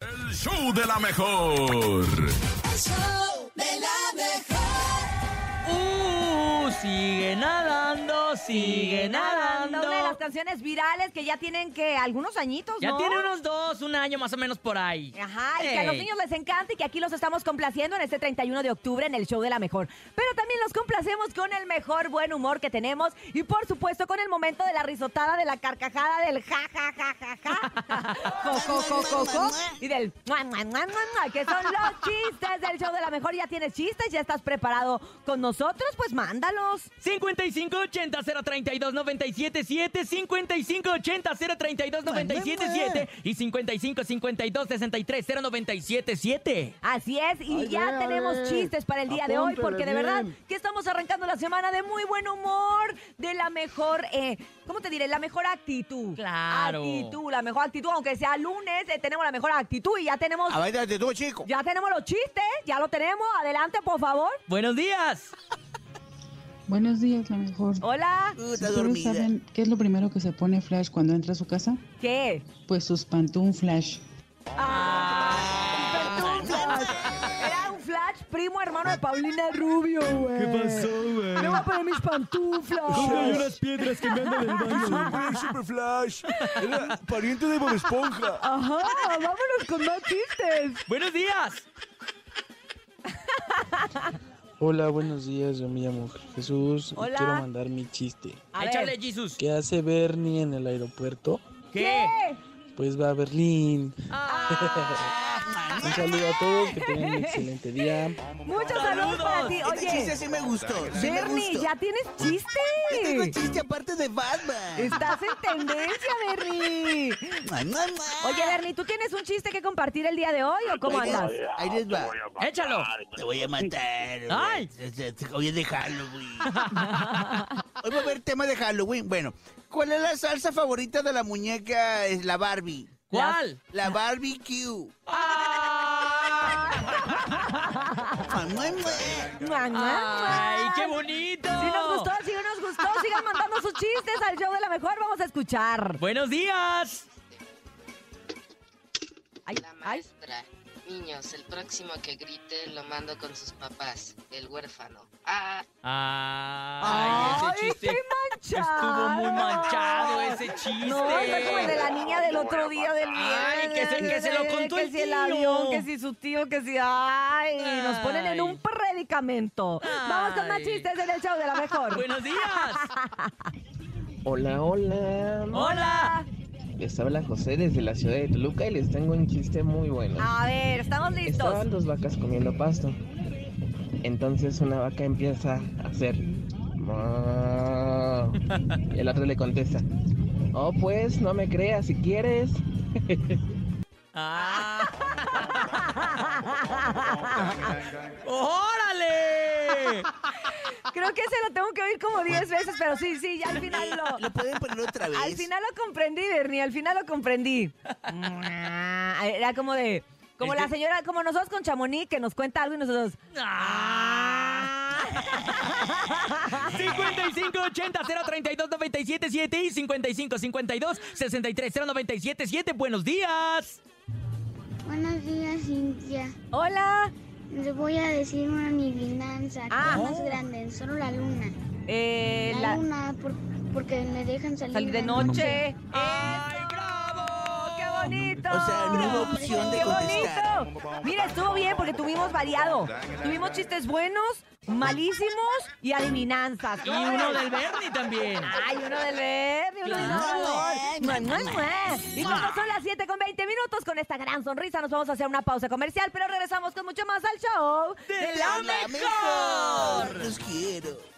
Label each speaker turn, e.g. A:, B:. A: El show de la mejor.
B: El show de la mejor.
C: Uh, sigue nadando, sigue nadando.
D: Una de las canciones virales que ya tienen que algunos añitos,
C: Ya
D: ¿no?
C: tiene unos dos, un año más o menos por ahí.
D: Ajá, y que a los
C: Ey.
D: niños les encanta y que aquí los estamos complaciendo en este 31 de octubre en el show de la mejor. Pero también los complacemos con el mejor buen humor que tenemos y por supuesto con el momento de la risotada, de la carcajada, del ja ja ja ja ja, jo, jo, jo, jo, jo, y del mua, mua, mua, mua, mua, que son los chistes del show de la mejor. Ya tienes chistes, ya estás preparado con nosotros, pues mándalos.
C: 5580-032-977, 5580-032-977 y 5552-630977.
D: Así es, y
E: Ay,
D: ya
E: ve, a
D: tenemos
E: ver.
D: chistes para el día de hoy,
E: Apúntele
D: porque de
E: bien.
D: verdad que estamos arrancando la semana de muy buen humor, de la mejor, eh, ¿cómo te diré? La mejor actitud.
C: Claro.
D: Actitud, la mejor actitud, aunque sea lunes, eh, tenemos la mejor actitud y ya tenemos,
E: A ver, date tú, chico.
D: ya tenemos los chistes, ya lo tenemos, adelante, por favor.
C: Buenos días.
F: Buenos días, la mejor.
D: Hola,
F: ¿Ustedes saben qué es lo primero que se pone Flash cuando entra a su casa?
D: ¿qué?
F: Pues sus pantún Flash.
D: Ah, pero tú, flash. Era un flash primo hermano de Paulina Rubio, güey. ¿Qué pasó, güey? Me voy a poner mis pantuflas.
G: piedras que me andan del
E: Super, super flash. Era pariente de Bob Esponja.
D: Ajá, vámonos con más chistes.
C: Buenos días.
H: Hola, buenos días, yo me llamo Jesús y
D: Hola.
H: quiero mandar mi chiste.
D: A
C: Échale,
D: ver.
C: Jesus.
H: ¿Qué hace Bernie en el aeropuerto?
C: ¿Qué?
D: Eh,
H: Pues va a Berlín.
C: Ah.
H: Un saludo a todos, que tengan un excelente día.
D: Muchos saludos para ti.
I: Este chiste
D: Oye,
I: sí me gustó. Sí me
D: Bernie,
I: gustó.
D: ya tienes chiste.
I: Yo tengo chiste aparte de Batman.
D: Estás en tendencia, Bernie.
I: Mua, mua, mua.
D: Oye, Bernie, ¿tú tienes un chiste que compartir el día de hoy o cómo
I: Ahí les-
D: andas?
I: Ahí les va.
C: Échalo.
I: Te voy a matar. güey.
C: Ay.
I: Hoy es de Halloween. Hoy va a haber tema de Halloween. Bueno, ¿cuál es la salsa favorita de la muñeca? Es la Barbie.
C: ¿Cuál?
I: La barbecue. Mua, mua, mua.
D: Mua, mua, mua.
C: Ay, qué bonito.
D: Si nos gustó, si no nos gustó, sigan mandando sus chistes al show de la mejor. Vamos a escuchar.
C: Buenos días.
D: Ay,
J: La
D: ay.
J: maestra. Niños, el próximo que grite lo mando con sus papás, el huérfano. Ah,
C: Ay, ese chiste.
D: qué manchado.
C: Estuvo muy manchado ese chiste.
D: No, fue como el de la niña del otro día del
C: Este, Ay,
D: viernes,
C: que se- que se lo contó
D: que
C: el
D: si el
C: tío.
D: avión, que si su tío, que si ay, nos ponen en
C: Ay.
D: un predicamento. Vamos con más
C: Ay.
D: chistes en el show de la mejor.
C: Buenos días.
H: Hola, hola.
C: Hola.
H: Les habla José desde la ciudad de Toluca y les tengo un chiste muy bueno.
D: A ver, estamos Ah, listos.
H: Estaban dos vacas comiendo pasto. Entonces una vaca empieza a hacer. "Mua". Y el otro le contesta. Oh, pues, no me creas, si quieres.
C: Ah. ¡Órale!
D: Creo que se lo tengo que oír como 10 veces, pero sí, sí, ya al final lo
I: Lo pueden poner otra vez.
D: al final lo comprendí, Bernie, al final lo comprendí. Era como de como
C: Es
D: la
C: que-
D: señora, como nosotros con Chamonix que nos cuenta algo y nosotros
C: Ah. 5580-032-977 y 5552-630977. Buenos días.
K: Buenos días, Cintia.
D: Hola,
K: Les voy a decir una adivinanza. ¿Qué
D: Ah.
K: es más grande? Solo la luna.
D: eh,
K: La,
D: la,
K: luna, por- porque me dejan salir,
D: Salir de
K: la
D: noche. Eh, ¡oh,
C: ¡Ay, bravo!
K: Ah.
D: ¡Qué bonito!
I: O sea, no hubo opción de
D: ¡Qué
I: contestar.
D: bonito! Mira, estuvo bien porque tuvimos variado. Tuvimos chistes buenos, malísimos y adivinanzas.
C: Y uno del Bernie también.
D: Ay, uno del verde, uno del
I: Claro.
D: Salvador. Mua, mua, mua. Y como son las 7 con 20 minutos, con esta gran sonrisa nos vamos a hacer una pausa comercial, pero regresamos con mucho más al show
C: De la
I: La mejor. Los quiero.